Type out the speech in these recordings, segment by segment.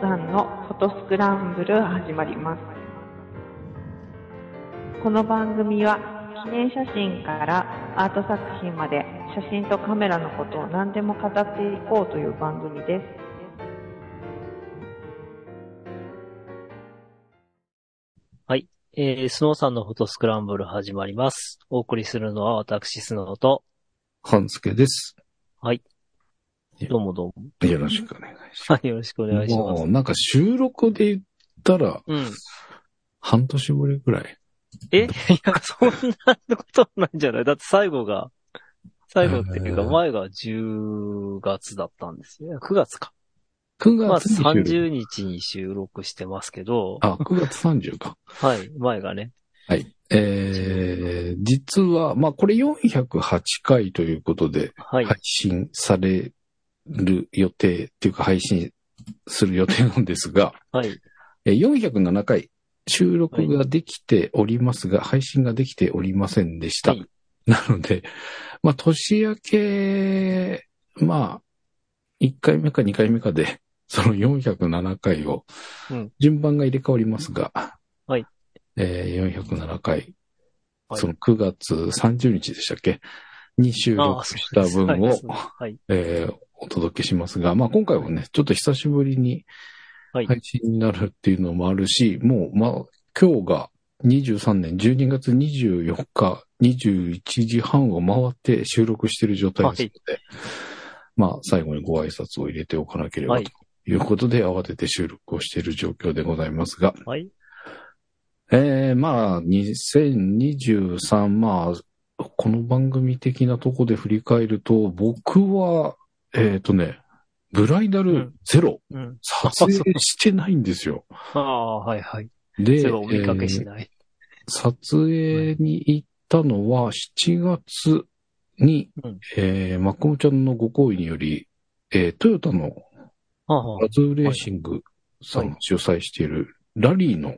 さんのフォトスクランブル始まります。この番組は記念写真からアート作品まで写真とカメラのことを何でも語っていこうという番組です。えー、スノーさんのフォトスクランブル始まります。お送りするのは私、スノーと、半助です。どうもどうも。よろしくお願いしまはい、 よろしくおす。願いしまもすう。なんか収録で言ったら、うん。半年ぶりぐらい。え いや、そんなことないんじゃないだって最後が、最後っていうかえー前が10月だったんですね。9月か。 9まあ月に収録30日に収録してますけど、あ、9月30か。はい、前がね。はい。えー、実は、まあこれ408回ということで、はい。配信される予定っていうか配信する予定なんですが、はい。えー407回収録ができておりますが、配信ができておりませんでした。はいなので、まあ、年明け、まあ、1回目か2回目かで、 その407回をうん、順番が入れ替わりますが、はいえー407回、はいその9月30日でしたっけに収録した分はいを、はい。えーお届けしますが、まあ今回はね、ちょっと久しぶりにはい配信になるっていうのもあるし、もう、まあ今日が23年12月24日21時半を回って収録している状態ですので、まあ最後にご挨拶を入れておかなければはいということで、慌てて収録をしている状況でございますが、はい。えー、まあ、2023、まあ、この番組的なとこで振り返ると、僕は、えっ、とね、ブライダルゼロ、うん。撮影してないんで すよ。ああ、はいはい。で、それはお見かけしえーない。撮影に行ったのは7月に、うんえー、マコムちゃんのご好意により、えートヨタのはあはラズーレーシングさんが主催しているラリーの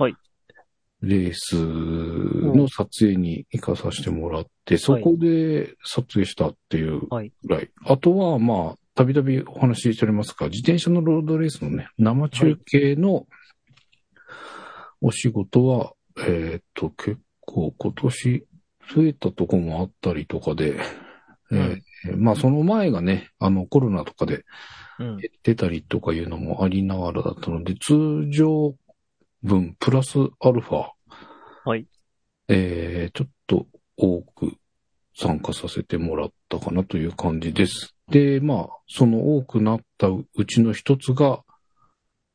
はいレースの撮影に行かさせてもらって、そこで撮影したっていうぐらはいい。あとは、まあ、たびたびお話ししておりますが、自転車のロードレースのね、生中継のお仕事は、えーっと、結構今年増えたとこもあったりとかで、うんえーまあその前がね、あのコロナとかであ。うん。減ってたりとかいうのもありながらだったので、通常分プラスアルファ。はい。えー、ちょっと多く参加させてもらったかなという感じです。で、まあ、その多くなったうちの一つが、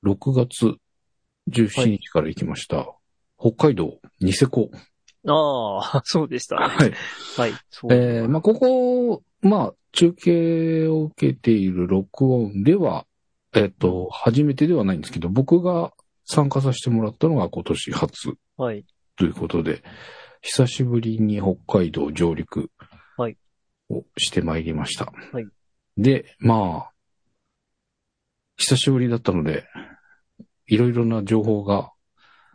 6月17日から行きました。北海道ニセコ。あ あ、そうでしたね。はい。はい。そう。えーまあ、ここ、まあ、中継を受けている録音では、えっ、と、初めてではないんですけど、僕が参加させてもらったのが今年初はい。ということで、久しぶりに北海道上陸はいをしてまいりました。はいで、まあ、久しぶりだったので、いろいろな情報が、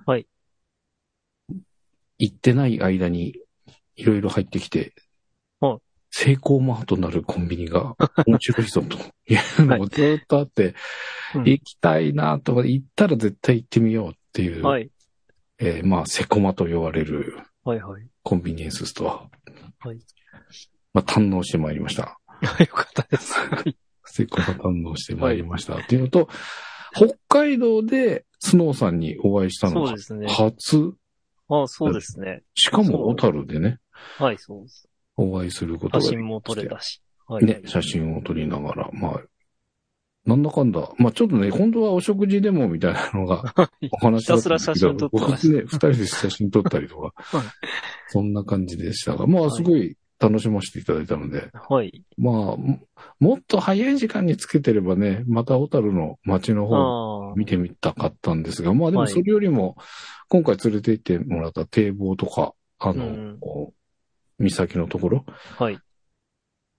はい行ってない間に、いろいろ入ってきて、はいセイコーマートなるコンビニが面白いぞ というのをずっとあって、うん行きたいなとか、行ったら絶対行ってみようっていう、はい。えーまあ、セコマと呼ばれるはいはい。コンビニエンスストア。はい。まあ、堪能してまいりました。 よかったです。せっかく堪能してまいりました。っていうのと、北海道でスノーさんにお会いしたの そうがですね。初、あそうですね。しかも小樽でね、はい、そうです。お会いすること写が、真も撮れたし。はい。ね、写真を撮りながら、まあ、なんだかんだ、まあちょっとね、本当はお食事でもみたいなのがいお話だったんですけどひたすら写真撮ってました僕ね、二人で写真撮ったりとか、 はいそんな感じでしたが、まあすごい楽しませていただいたので、はい。まあ、ももっと早い時間につけてればね、また小樽の街のあ方をあ。見てみたかったんですが、まあでもはいそれよりも、今回連れて行ってもらった堤防とか、あの、うんこう岬のところはい。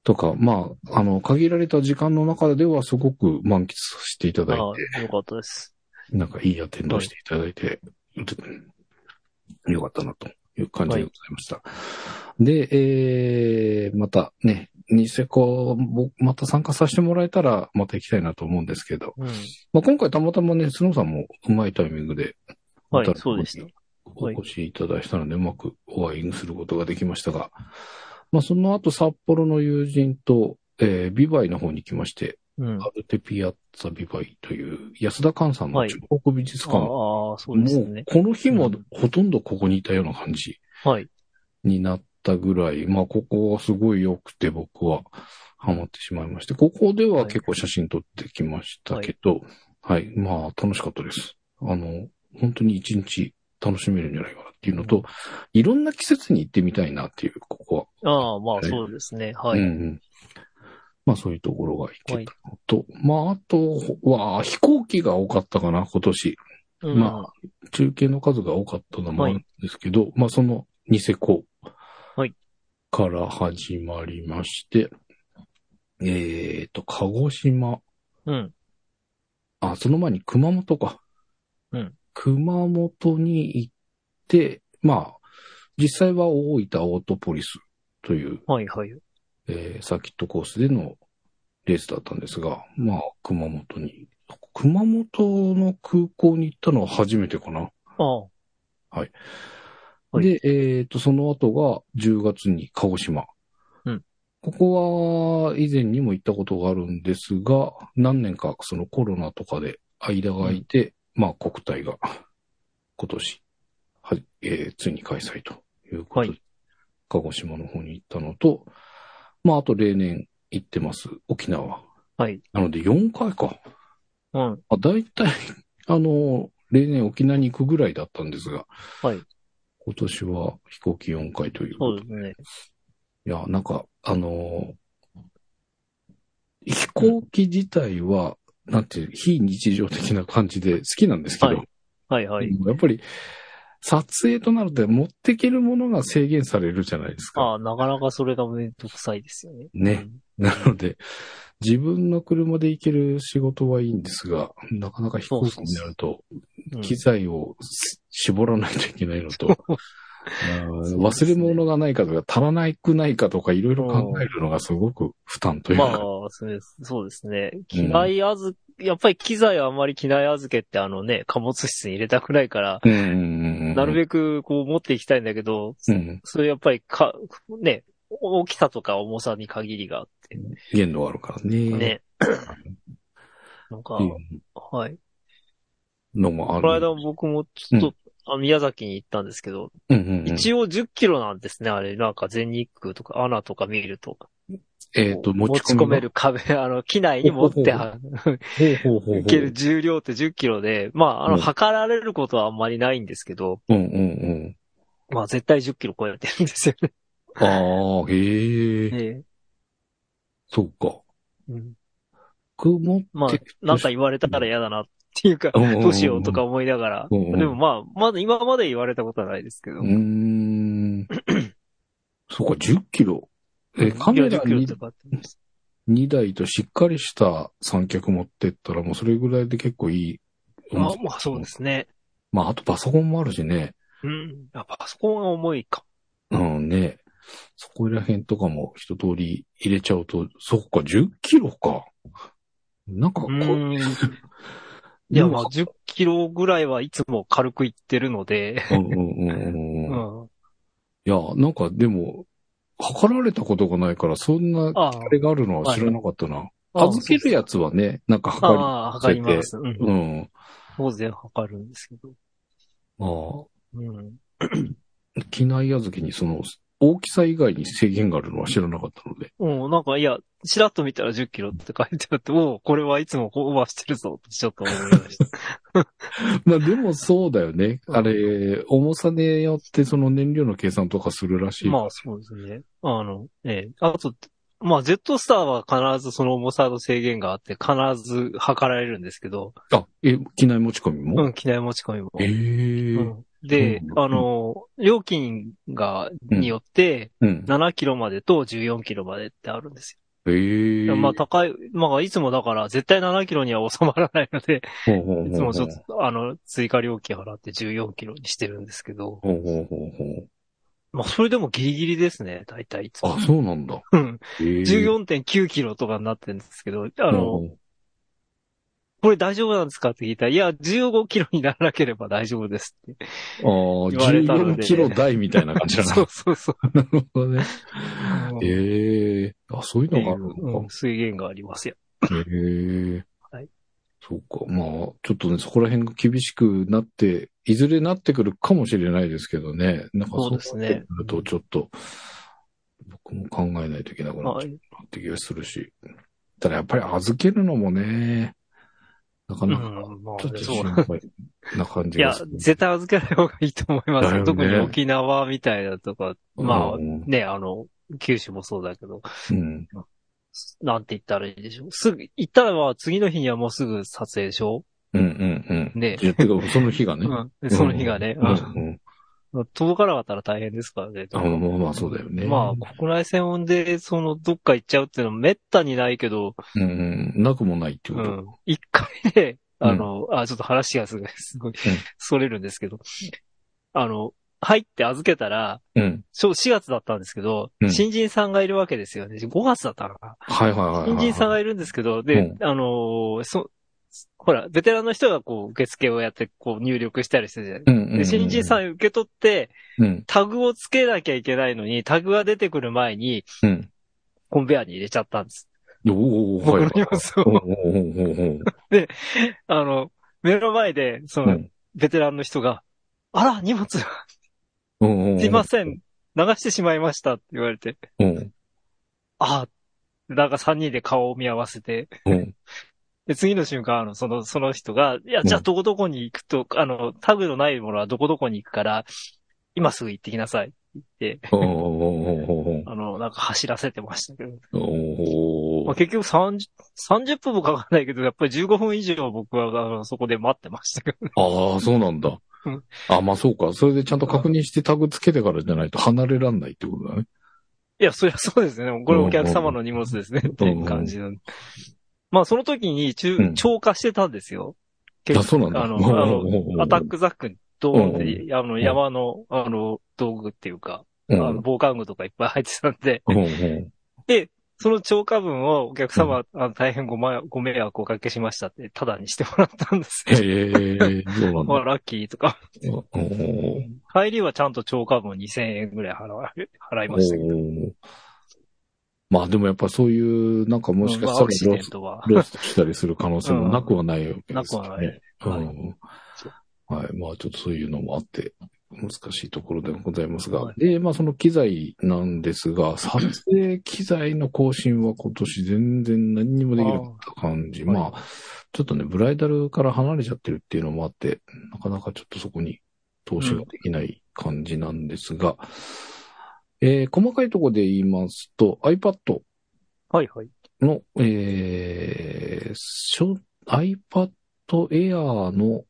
とか、まあ、あの、限られた時間の中ではすごく満喫させていたあだいあよかったです。て、なんかいいアテンドしていただいて、うんよかったなという感じでございました。で、えー、またね、ニセコ、僕また参加させてもらえたら、また行きたいなと思うんですけど、うん。まあ、今回たまたまね、スノーさんもうまいタイミングで、はいま、たそうでした。お越しいただいたので、うまくお会いすることができましたが、まあ、その後、札幌の友人と、えービバイの方に行きまして、うん。アルテピアッツァビバイという安田寛さんのはい中国美術館、ああ、そうもですうね。この日うもんほとんどここにいたような感じはい。になったぐらい、まあ、ここはすごい良くて僕はハマってしまいまして、ここでは結構写真撮ってきましたけど、はい、まあ、楽しかったです。あの、本当に一日楽しめるんじゃないかなっていうのと、いろんな季節に行ってみたいなっていう、ここは。ああ、まあそうですね。はうんい。うんまあそういうところが行けたのと、まああとは飛行機が多かったかな、今年。うんま中継の数が多かったのもあるんですけど、まあそのニセコはいから始まりまして、えっ、と、鹿児島、うん。あ、その前に熊本か。うん熊本に行って、まあ、実際は大分オートポリスという、はいはい。えーサーキットコースでのレースだったんですが、まあ、熊本に。熊本の空港に行ったのは初めてかな。ああ。はいで、えっ、と、その後が10月に鹿児島。うんここは以前にも行ったことがあるんですが、何年かそのコロナとかで間が空いて、まあ国体が今年、はえーついに開催ということで、は鹿児島の方に行ったのと、まああと例年行ってます、沖縄。はい。なので4回か。うん。まあ、大体、 あの、例年沖縄に行くぐらいだったんですが、はい今年は飛行機4回というそこうとですね。いや、なんか、あのー飛行機自体は、なんていう、非日常的な感じで好きなんですけど、はいはいはい。やっぱり、撮影となると持ってけるものが制限されるじゃないですか。ああ、なかなかそれがめんどくさいですよね。ね。 なので、自分の車で行ける仕事はいいんですが、なかなか飛行機になると、うん。機材をす絞らないといけないのと、あーそうです忘ねれ物がないかとか、足らないくないかとか、いろいろ考えるのがすごく負担というまあか、、そうですそうですね。機材あず、やっぱり機材はあまり機内預けってあのね、貨物室に入れたくないから、ななるべくこう持っていきたいんだけど、うん、それやっぱりか、ね、大きさとか重さに限りがあって、限度があるからね。ね。なんかって、いうはい。のもあこる。の間僕もちょっと、あ宮崎に行ったんですけど、うんうんうん一応10キロなんですね、あれ。なんか全日空とかアナとか見ると。えっと、持ち込込めめる。る壁、あの、機内に持ってほうは、ほうほうほう受ける重量って10キロで、まあ、あうの、ん測られることはあんまりないんですけど、うんうんまあ、絶対10キロ超えてるんですよね。うん。ああ、へえ、えそうか。え うん雲って、まあ、なんか言われたら嫌だなっていうか、どどうしようとか。思いながら。うんうんでもまあ、まだ今まで言われたことはないですけど。うー ん。そうか、10キロ。え、カメラ10キロにとかって言うんです2台としっかりした三脚持ってったらもうそれぐらいで結構いい。あまあ、そうで。すね。まあ、あとパソコンもあるしね。うん。やっぱ、そこが重いか。うんね。そこら辺とかも一通り入れちゃうと、そっか、10キロか。なんかこうう、ん。いや、まあ、う10キロぐらいはいつも軽くいってるので、んうんうんううん。いん。や、なんかでも、測られたことがないから、そんな、ああれがあるのは知らなかったな。あ。預けるやつはね、なんか測る。ああ、測ります。うん。うん。当然測るんですけど。まあ、うん。機内預けにその、大きさ以外に制限があるのは知らなかったので。うん、なんか、いや、ちらっと見たら10キロって書いてあって、おうこれはいつもオーバーしてるぞってちょっと思いました。 まあでもそうだよね。うんあれ、重さによってその燃料の計算とかするらしい。まあそうですね。あの、ええ。あと、まあジェットスターは必ずその重さの制限があって、必ず測られるんですけど、あ、え、機内持ち込みうも、ん、機内持ち込みも。ええうー。ん、でう、んあの、料金が、うんによって、うん。 7キロまでと14キロまでってあるんですええよ。ー。まあ高い、まあいつもだから絶対7キロには収まらないので、ほうほうほうほう、いつもちょっと、あの、追加料金払って14キロにしてるんですけど、ほうほうほうほう。まあ、それでもギリギリですね、大体いつもあ、。そうなんだ。うんえー14.9キロとかになってるんですけど、あなるのほ、どこれ大丈夫なんですかって聞いたら、いや、15キロにならなければ大丈夫ですって。あ言われたあ、の14でキロ台みたいな感じなんだそうそうそう。 なるほどね。うんええあ、そういうのがあるうのん水源がありますよ。か。ええはいそうか。まあ、ちょっとね、そこら辺が厳しくなって、いずれなってくるかもしれないですけどね。なんかそうですねなってくると、ちょっと、僕も考えないといけなくなっはちゃうい。なって気がするし。ただやっぱり預けるのもね、なかうんなか、まあちょっとそう心なん配な感じいやがする。、絶対預けない方がいいと思いますだよ。よね特に沖縄みたいなとか、まあうんね、あの、九州もそうだけど、うん。なんて言ったらいいでしょう。すぐ、行ったらは次の日にはもうすぐ撮影でしょうんうんうん。ねいやてか、その日がね。うん。でその日がね、うんうんうん。遠からったら大変ですからね。あまあまあまあ、そうだよね。まあ、国内線で、その、どっか行っちゃうっていうのはめったにないけど、うんうん、なくもないってこうと。ん。一回ね、あの、あ、ちょっと話がすごい、すごい、それるんですけど、あの、入って預けたら、うん。そう、4月だったんですけど、うん新人さんがいるわけですよね。5月だったかな。はいはいはいはい。新人さんがいいるんですけど、で、うあのーそ、ほら、ベテランの人がこう、受付をやって、こう、入力したりしてるじゃないる。うんうん、うで、ん。新人さん。ん受け取って、うん。タグをつけなきゃいけないのに、タグが出てくる前に、うん。コンベアに入れちゃったんです。おー、僕はのいはい。荷物おーを。おーおーおーあの、目の前で、そおーの、ベテランの人が、あら、荷物が、うん。すいません、流してしまいましたって言われて、うん。ああ、なんか三人で顔を見合わせて、うん。で、次の瞬間、あの、その、その人が、いや、じゃあうんどこどこに行くと、あの、タグのないものはどこどこに行くから、今すぐ行ってきなさいって言って、おーおーおーおーあの、なんか走らせてましたけど。おーおまあ、ー結局30、30分もかかんないけど、やっぱり15分以上僕は、あの、そこで待ってましたけど。ああ、そうなんだうん。あ、まあそうか。それでちゃんと確認してタグつけてからじゃないと離れらんないってことだね。いや、そりゃそうですね。これお客様の荷物ですね。っていう感じなんで。まあ、その時に中うん、超過してたんですよ。あ、そうなんだ。あの、あおーおーおの、ーアタックザックに、ドーンって、あの、ん山の、あの、道具っていうか、うあんの防寒具とかいっぱい入ってたんで、 うんうんその超過分をお客様、あの大変ごま、ご迷惑をおかけしましたって、タダにしてもらったんですへけど、え、そうな んまあ、だ。ラッキーとか。おーおー帰りはちゃんと超過分2000円ぐらい払わ払いましたけど。おーまあでもやっぱそういう、なんかもしかしたまあアクシらロデンストは。ロストしたりする可能性もなくはないわけなでくすよね。はない。はいうんはい。まあちょっとそういうのもあって、難しいところでございますが。はで、まあその機材なんですが、撮影機材の更新は今年全然何にもできなかった感じ。あーまあ、ちょっとね、ブライダルから離れちゃってるっていうのもあって、なかなかちょっとそこに投資ができない感じなんですが、えー細かいところで言いますと、iPad はいはい。の、えー、しょ iPad Air の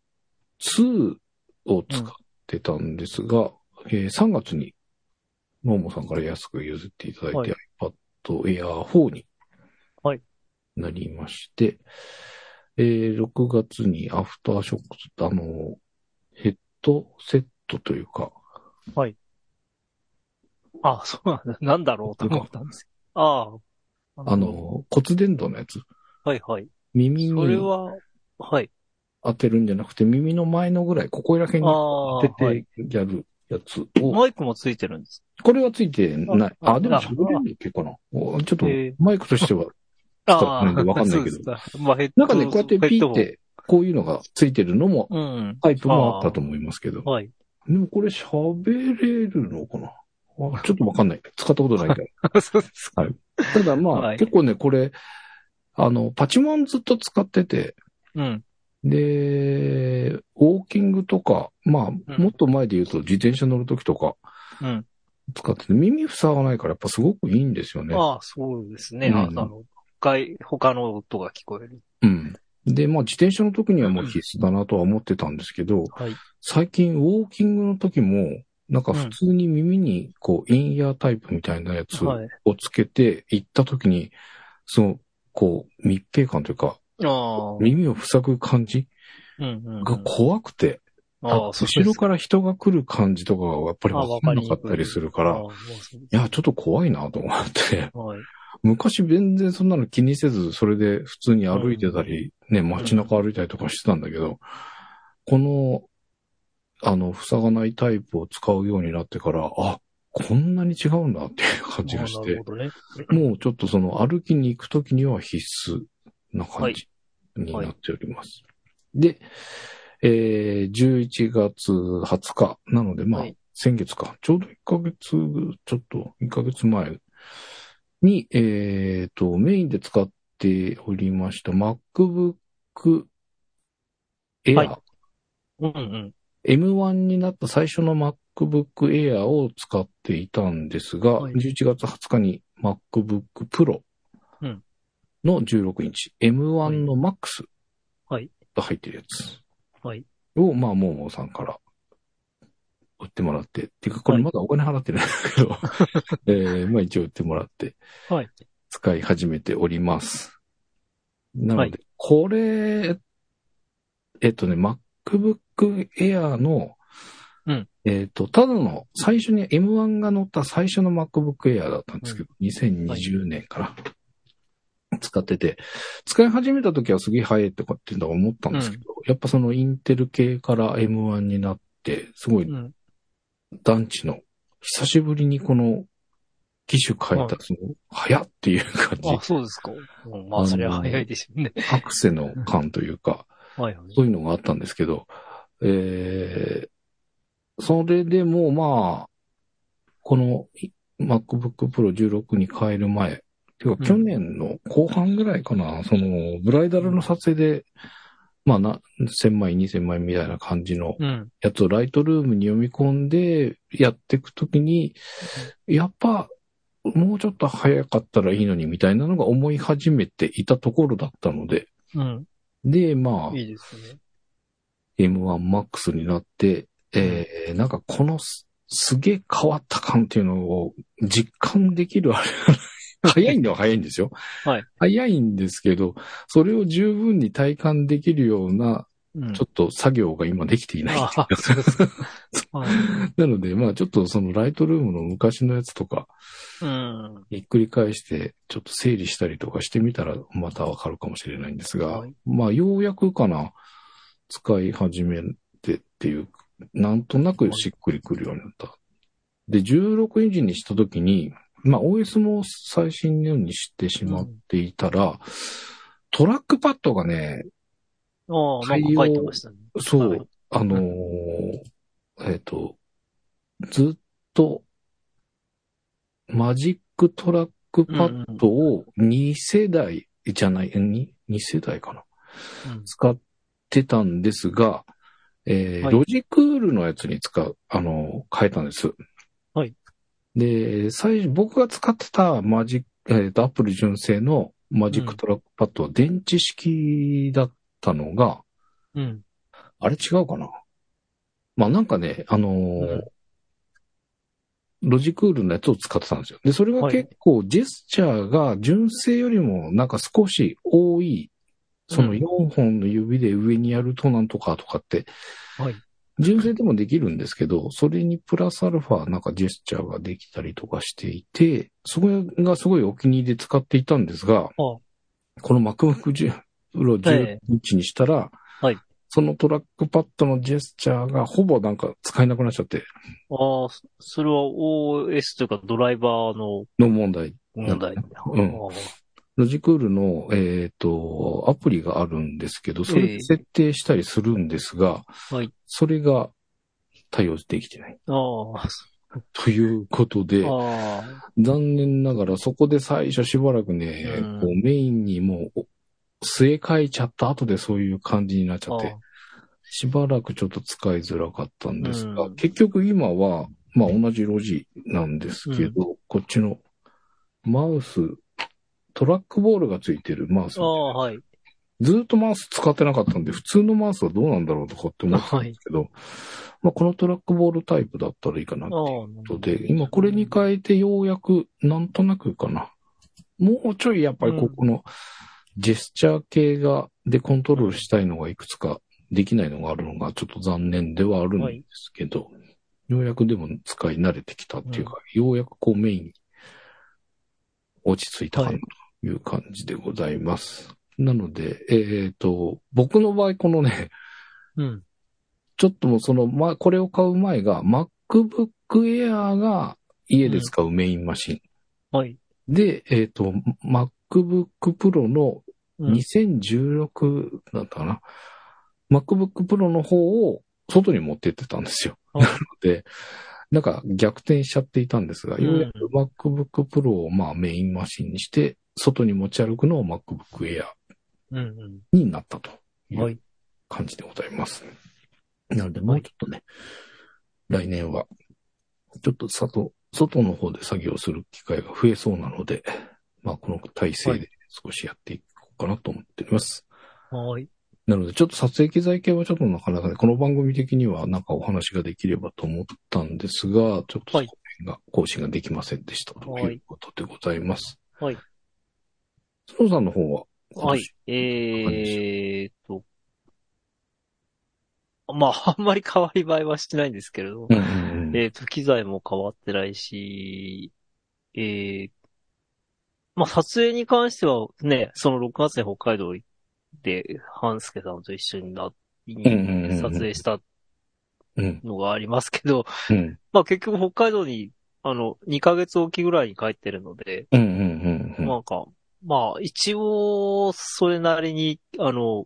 2を使ってたんですが、えー3月に、ノーモさんから安く譲っていただいて、はい iPad Air 4にはいなりまして、えー6月にアフターショックス、あの、ヘッドセットというか、あそうなんだ。なんだろうと 思ったんですけどああ。あ、の、骨伝導のやつ、はいはい。耳それには、はい。当てるんじゃなくて、耳の前のぐらい、ここら辺あにあ、当はていてやるやつを、マイクもついてるんです。これはついてない。ああ、でもあ喋れるっけかな。おちょっとえーマイクとして は、使ってないんでわかんないけどそうですかまあ、ヘッドなんかね、こうやってピーっ。て、こういうのがついてるのもヘッド、ホンうん。タイプもあったと思いますけど。はい。 でもこれ喋れるのかなあちょっとわかんない。使ったことないけそうですか。ど。 ただまあ、はい結構ね、これ、あの、パチモンずっと使ってて、うん。で、ウォーキングとか、まあ、うんもっと前で言うと自転車乗るときとかうん。使ってて、耳塞がないからやっぱすごくいいんですよね。ああ、そうですね。うんああの、外他の音が聞こえる。うん。で、まあ自転車の時にはもう必須だなとは思ってたんですけど、はい。最近ウォーキングの時も、なんか普通に耳にこう、インイヤータイプみたいなやつをはい。つけて行った時に、その、こう、密閉感というか、ああ。うん耳を塞ぐ感じうんうん。が怖くて、ああ、そう後ろから人が来る感じとかがやっぱりあわ分かかりんになくかいったりするかから、いや、ちょっと怖いなと思って、はい。昔全然そんなの気にせず、それで普通に歩いてたり、ね、街中歩いたりとかしてたんだけど、この、あの、塞がないタイプを使うようになってから、あ、こんなに違うんだっていう感じがしああなてる、ほどね。もうちょっとその歩きに行くときには必須な感じになっております。で、えー、11月20日。なので、まあ、はい先月か。ちょうど1ヶ月、ちょっと、1ヶ月前に、えーと、メインで使っておりました MacBook Air、はいうんうん。 M1 になった最初の MacBook Air を使っていたんですが、はい11月20日に MacBook Pro うんの16インチ、M1 の Max はいが入ってるやつはいを、まあ、モーモーさんから売ってもらって、っていうか、これはいまだお金払ってないんだ けど、えーまあ一応売ってもらって、はい。使い始めております。なので、はいこれ、えっとね、MacBook Air の、うんえっと、ただの、最初に M1 が乗った最初の MacBook Air だったんですけど、2020年から、使ってて、使い始めた時はすげえ早いとかっていうのは思ったんですけど、やっぱそのインテル系から M1 になって、すごいうん。団地の、久しぶりにこの機種変えた、その、早っていう感じあ、そうですか。うんまああ、のそれは早いですよね。アクセの感というか、はいはい。そういうのがあったんですけど、えー、それでもまあ、このい MacBook Pro 16に変える前、ていううかん去年の後半ぐらいかな、その、ブライダルの撮影で、まあな、1000枚、2000枚みたいな感じのうん。やつをライトルームに読み込んでやっていくときに、やっぱ、もうちょっと早かったらいいのにみたいなのが思い始めていたところだったので、うん。で、まあ、いいですね。 M1MAX になって、えー、なんかこのすすげえ変わった感っていうのを実感できるあれ が早いのは早いんですよ。はい早いんですけど、それを十分に体感できるような、うん。ちょっと作業が今できていない。ああ、そうですか。はい なので、まあちょっとそのライトルームの昔のやつとか、うん。ひっくり返して、ちょっと整理したりとかしてみたら、またわかるかもしれないんですが、はいまあ、ようやくかな、使い始めてっていう、なんとなくしっくりくるようになった。で、16インチにしたときに、まあ、OS も最新のようにしてしまっていたら、トラックパッドがね、ああ、なんか書いてましたね。そう、はいあのーえっ、と、ずっと、マジックトラックパッドを2世代じゃない、2, 2世代かなうん使ってたんですが、えーはいロジクールのやつに使う、あのー変えたんです。はい。で、最初、僕が使ってたマジック、えっ、と、アップル純正のマジックトラックパッドは電池式だったのが、うん。あれ違うかなまあなんかね、あのーうんロジクールのやつを使ってたんですよ。で、それがはい結構ジェスチャーが純正よりもなんか少し多い、そのうん4本の指で上にやるとなんとかとかって、はい純正でもできるんですけど、それにプラスアルファなんかジェスチャーができたりとかしていて、それがすごいお気に入りで使っていたんですが、この MacBook 10 Pro 10インチにしたら、はいそのトラックパッドのジェスチャーがほぼなんか使えなくなっちゃって、ああ、そそれは OS というかドライバーのの問題。問題。うんロジクールの、えっ、と、アプリがあるんですけど、それええで設定したりするんですが、はいそれが対応できてない。ああああ、ということで、ああ、残念ながらそこで最初しばらくね、うんこうメインにもう、据え替えちゃった後でそういう感じになっちゃあっあて、しばらくちょっと使いづらかったんですが、うん結局今は、まあ同じロジなんですけど、こっちのマウス、トラックボールがついてるマウスあ。あ、はい。ずーっとマウス使ってなかったんで、普通のマウスはどうなんだろうとかって思ってたんですけど、まあこのトラックボールタイプだったらいいかなってあいあうことで、今これに変えてようやくなんとなくかな。もうちょいやっぱりここのジェスチャー系が、でコントロールしたいのがいくつかできないのがあるのがちょっと残念ではあるんはでいすけど、ようやくでも使い慣れてきたっていうか、ようやくこうメインに落ち着いたかなという感じでございます。なので、えっ、と、僕の場合このね、うん。ちょっともうその、ま、これを買う前が MacBook Air が家で使うメインマシン。はい。で、えっ、と、MacBook Pro のうん2016だったかな。MacBook Pro の方を外に持ってってたんですよ。はいなの で、なんか逆転しちゃっていたんですが、うんようやく MacBook Pro をまあメインマシンにして、外に持ち歩くのを MacBook Air うんになったとういん。はうい。感じでございます。なので、もうちょっとね、来年は、ちょっと外、外の方で作業する機会が増えそうなので、まあこの体制で少しやっていこうかなと思っております。はい。なので、ちょっと撮影機材系はちょっとなかなかね、この番組的にはなんかお話ができればと思ったんですが、ちょっとそこら辺が更新ができませんでしたとはいいうことでございます。はい。スノーさんの方ははい。今年えーっと。まあ、あん まり変わり映えはしてないんですけれど、うんうんうんえーっと、機材も変わってないし、えー、まあ、撮影に関してはね、その6月に北海道で、半助さんと一緒にな、んうんうん撮影したうんのがありますけど、うんまあ結局北海道に、あの、2ヶ月おきぐらいに帰ってるので、うんうんうんなんか、まあ、一応、それなりに、あの、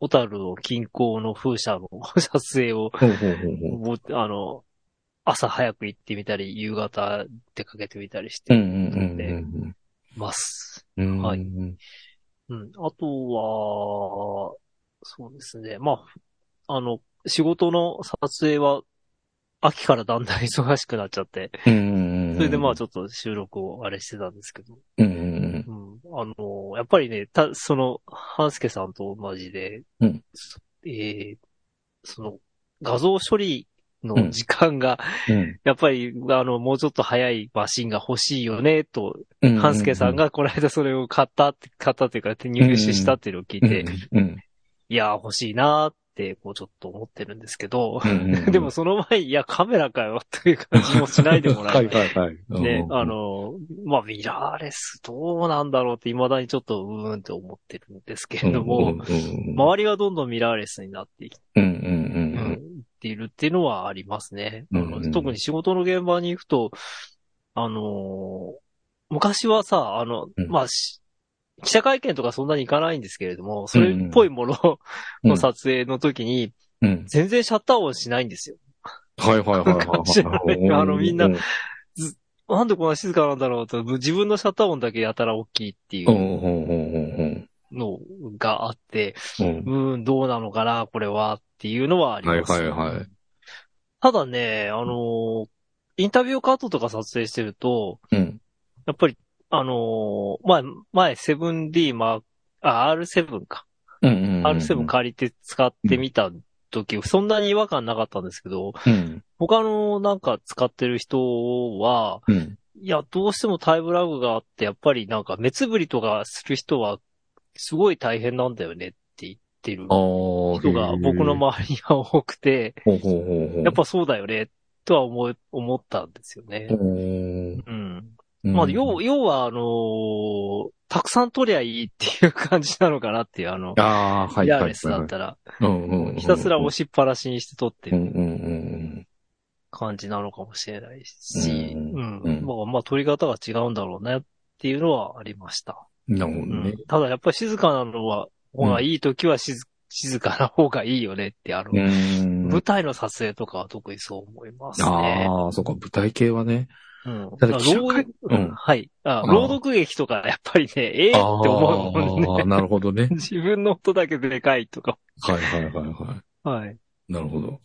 小樽の近郊の風車の 撮影を、ほうほうほうほうもうあの、朝早く行ってみたり、夕方出かけてみたりしうんてうんうんます。うんうんはいうんうん。あとは、そうですね。まあ、あの、仕事の撮影は、秋からだんだん 忙しくなっちゃって、うんうんそれでまあちょっと収録をあれしてたんですけど、うんうんうんあの、やっぱりね、た、その、半助さんと同じで、うんそえーその、画像処理の時間が、 うんやっぱり、あの、もうちょっと早いマシンが欲しいよね、と、うん。半助さんがこの間それを買ったって、買ったというか、入手したっていうのを聞いうんて、うんいやー、欲しいなーって、こうちょっと思ってるんですけどう、んうんうん。でもその前に、いや、カメラかよ、という感じもしないでもらえはていはいはい。うんね、うんあ、の、まあ、ミラーレスどうなんだろうって未だにちょっとうーんって思ってるんですけれどうんうもん、うん、周りがどんどんミラーレスになっていっうんうんうんているっていうのはありますね。あうんうんの特に仕事の現場に行くと、あの、昔はさ、あのう、んまあ、し記者会見とかそんなに行かないんですけれども、それっぽいも のうんの撮影の時に、うん。全然シャッター音しないんですよ。はいはいはいはい感じはないい。あのみんなうんなんでこんな静かなんだろうと、自分のシャッター音だけやたら大きいっていうんううんうんのがあって、うんうん。うーん、どうなのかな、これは、っていうのはありはいます。はいはい。ただね、あのーインタビューカットとか撮影してると、うん。やっぱり、あのー前、前、7D マあ、R7 か。うんうんうん。 R7 借りて使ってみた時、そんなに違和感なかったんですけど、うん。他のなんか使ってる人は、うん。いや、どうしてもタイムラグがあって、やっぱりなんか目つぶりとかする人は、すごい大変なんだよねって言ってるああ。人が僕のま周りには多くて、ほうほうほうほう。やっ、ぱそうだよね、とは思い、思ったんですよね。うん。うん。まあ、要、要は、あのーたくさん撮りゃいいっていう感じなのかなっていう、あの、ああ、はいヤはーいレスだったら、うんうん。ひたすら押しっぱなしにして撮ってうんるうんうん。感じなのかもしれないし、うんうん。うんまあ、まあ、撮り方が違うんだろうねっていうのはありました。なるほどうんね。ただ、やっぱり静かなのは、ほうら、んいい時は静静かな方がいいよねって、あの、うん。舞台の撮影とかは特にそう思いますね。ああ、そうか、舞台系はね。うん。ただ記者会朗読うんはい。ああー朗読劇とか、やっぱりね、ええって思うもんね。ああ、なるほどね。 自分の音だけでかいとか。はいはいはいははい。い。なるほど。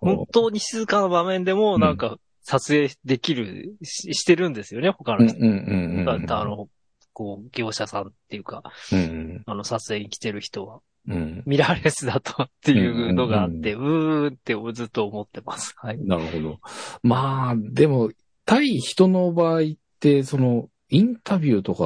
本当に静かな場面でも、なんか、撮影できる、ししてるんですよね、他うのん人。うんうん。だってあ、の、こう、業者さんっていうか、うんあの、撮影に来てる人は、うん。ミラーレスだとっていうのがあって、ううーんってずっと思ってます。はい。なるほど。まあ、でも、対人の場合って、その、インタビューとか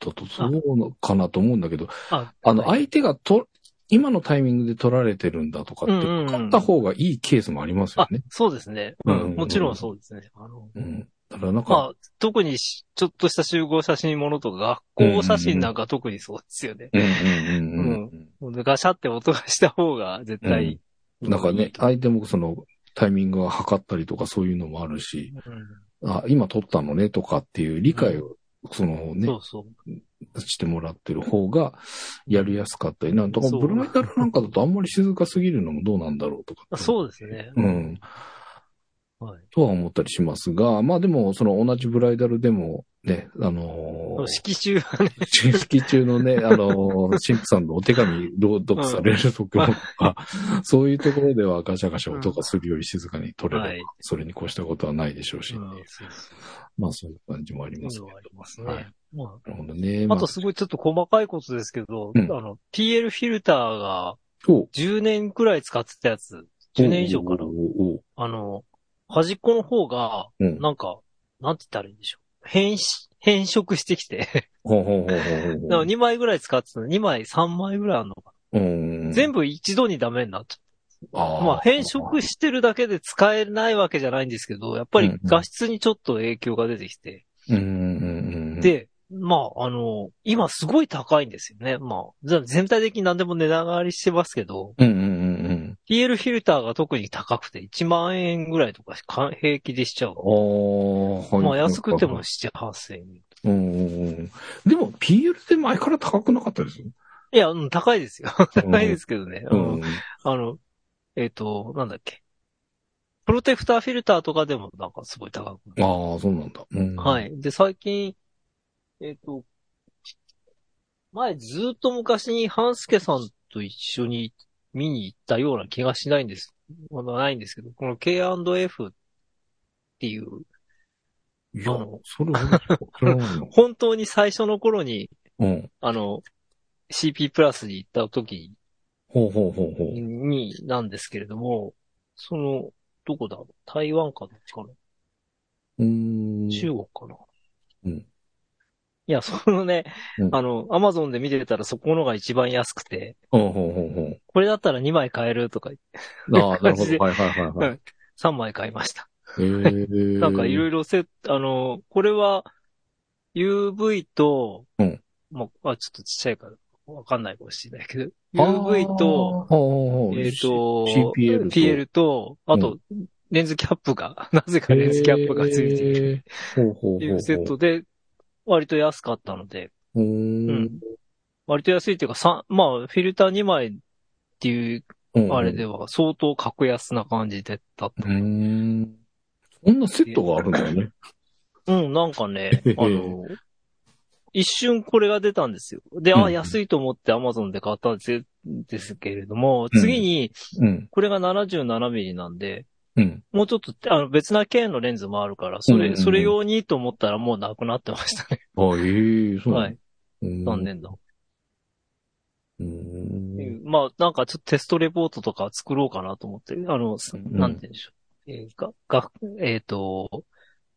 だとそうのかなと思うんだけど、ああの、相手がと、今のタイミングで撮られてるんだとかって、うんうんうん買った方がいいケースもありますよあね。、そうですね。ううんん。もちろんそうですね。あの、うん。だからなんか、まあ、特にしちょっとした集合写真ものとか、学校写真なんか特にそうですよね。うんうんうんうん。ガシャって音がした方が絶対、なんかね、相手もその、タイミングが測ったりとかそういうのもあるし、うあ、今撮ったのねとかっていう理解を、そのん。ねそ、うそう。してもらってる方がやりやすかったり、なんとかそうブルーメタルなんかだとあんまり静かすぎるのもどうなんだろうとか。あそうですね。うん。はい。とは思ったりしますが、まあでも、その同じブライダルでも、ね、 あのー、色中はね、式中のね、あのー、神父さんのお手紙朗読されるところとか、そういうところではガシャガシャ音がするより静かに取れれば、はいそれに越したことはないでしょうし、うんそうそうまあそういう感じもありますそういうねのはありますはいね。まなるほどね。あ、あまとすごいちょっと細かいことですけど、うんあの、PL フィルターがお10年くらい使ってたやつ、10年以上かなお。おおあの、端っこの方が、うんなんか、なんて言ったらいいんでしょう。変し、変色してきて、ほうほうほうほうほう。 2枚ぐらい使ってたの、2枚、3枚ぐらいあるのかうんな。全部一度にダメになっちゃったあーまあ、変色してるだけで使えないわけじゃないんですけど、やっぱり画質にちょっと影響が出てきて。うんうんうんうん、で、まあ、あの、今すごい高いんですよね。まあ、ぜ全体的に何でも値段上がりしてますけど、うんうんうんうん。 PL フィルターが特に高くて1万円ぐらいとかか平気でしちゃう。ああ、はい。まあ、安くても7、8000円。うんうんうん。でも、PL って前から高くなかったですよ。いや、うん高いですよ。 高いですけどね。ううんん。あの、えっ、と、なんだっけ。プロテクターフィルターとかでもなんかすごい高くなるああ、そうなんだ。うん、は。い。で、最近、えっ、と、前ずっと昔に半助さんと一緒に見に行ったような気がしないんです。まだないんですけど、この K&F っていう、いやあの、それは、それはないの。本当に最初の頃に、うん。あの、CP プラスに行った時ほうほうほうほう。に、なんですけれども、その、どこだ台湾かどっちかなうーん。中国かな。うんいや、そのね、うんあの、アマゾンで見てたらそこのが一番安くて、ほうほうほうほこれだったら2枚買えるとか言って、う。ああ、なるほ 感じでど。はいはいは いはい。 3枚買いました。へーなんかいろいろセット、あの、これは UV と、うんまあ、ちょっとちっちゃいからわかんないかもしれないけど、UV と、、あーほうほうほうえっ、と、 CPL と。 PL と、あと、レンズキャップが、 なぜかレンズキャップがついているる。ほうほうほうほう。っていうセットで、割と安かったので、うーうんん。割と安いっていうか、さまあ、フィルター2枚っていう、うん。あれでは相当格安な感じでだっうーん。そんなセットがあるんだよね。、た。うん、なんかね あの、一瞬これが出たんですよ。で、うんうあ、ん安いと思って Amazon で買ったんですですけれども、うん次に、うん。これが 77mm なんで、うん。もうちょっと、あの、別な剣のレンズもあるから、そうんうんれ、それ用にと思ったらもうなくなってましたね。あ、ええそうはい。。残残。念だ。うーん。まあ、なんかちょっとテストレポートとか作ろうかなと思って、あの、んなんて言うんでしょう。えーが、が、えっ、と、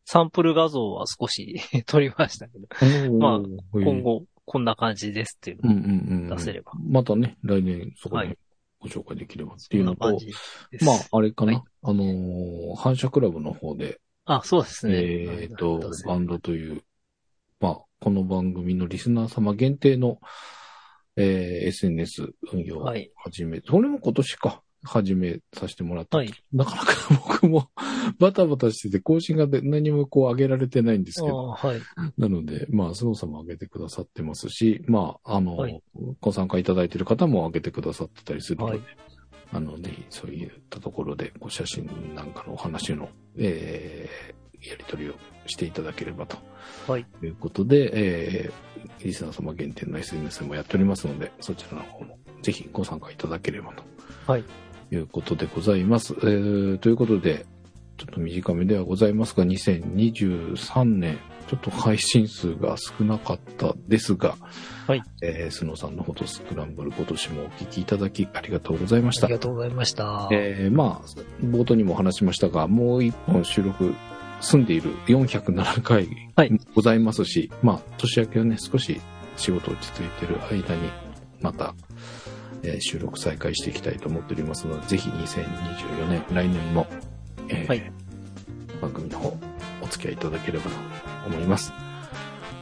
サンプル画像は少し 撮りましたけど、まああ今。後こんな感じですっていううんのうんをうんうん。出せれば、またね、来年そこはでいご紹介できればってこいうんのなと、感じです。まあ、あれかな、はいあのー反射クラブの方で、あ、そうですね。えっ、とそうで、すねバンドという、まあ、この番組のリスナー様限定の、えー SNS 運用をはい。始め、それも今年か、始めさせてもらった。はい。なかな か僕もバタバタしてて、更新がで何もこう上げられてないんですあけど、ーはい。なので、まあ、スノーさんも上げてくださってますし、まあ、あの、はいご参加いただいている方も上げてくださってたりするのはで、いあの、ぜひそういったところで、ご写真なんかのお話の、えーやり取りをしていただければと。はい。いうことで、えーリスナー様限定の SNS もやっておりますので、そちらの方もぜひご参加いただければと。はい。いうことでございます。えーということで、ちょっと短めではございますが、2023年、ちょっと配信数が少なかったですが、はい。えー、スノーさんのほどスクランブル今年もお聞きいただきありがとうございましあたり。がとうございました。えーまあ、冒頭にもお話しましたが、もう一本収録済んでいる407回はいございますし、まあ、年明けはね、少し仕事落ち着いてる間に、また、えー収録再開していきたいと思っておりますので、ぜひ2024年、来年も、えーはい番組の方、お付き合いいただければと思います。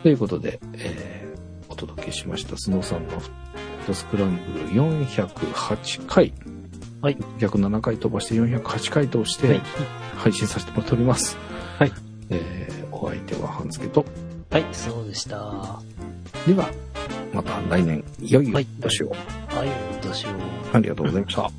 ということで、えーお届けしました、スノーさんのフットスクランブル408回、はい107回飛ばして408回として、はい。配信させてもらっております。はい。えーお相手は半助と。はい、そうでした。はでは、また来年、いよいよ年を、い、どうしよう。ありがとうございました。はい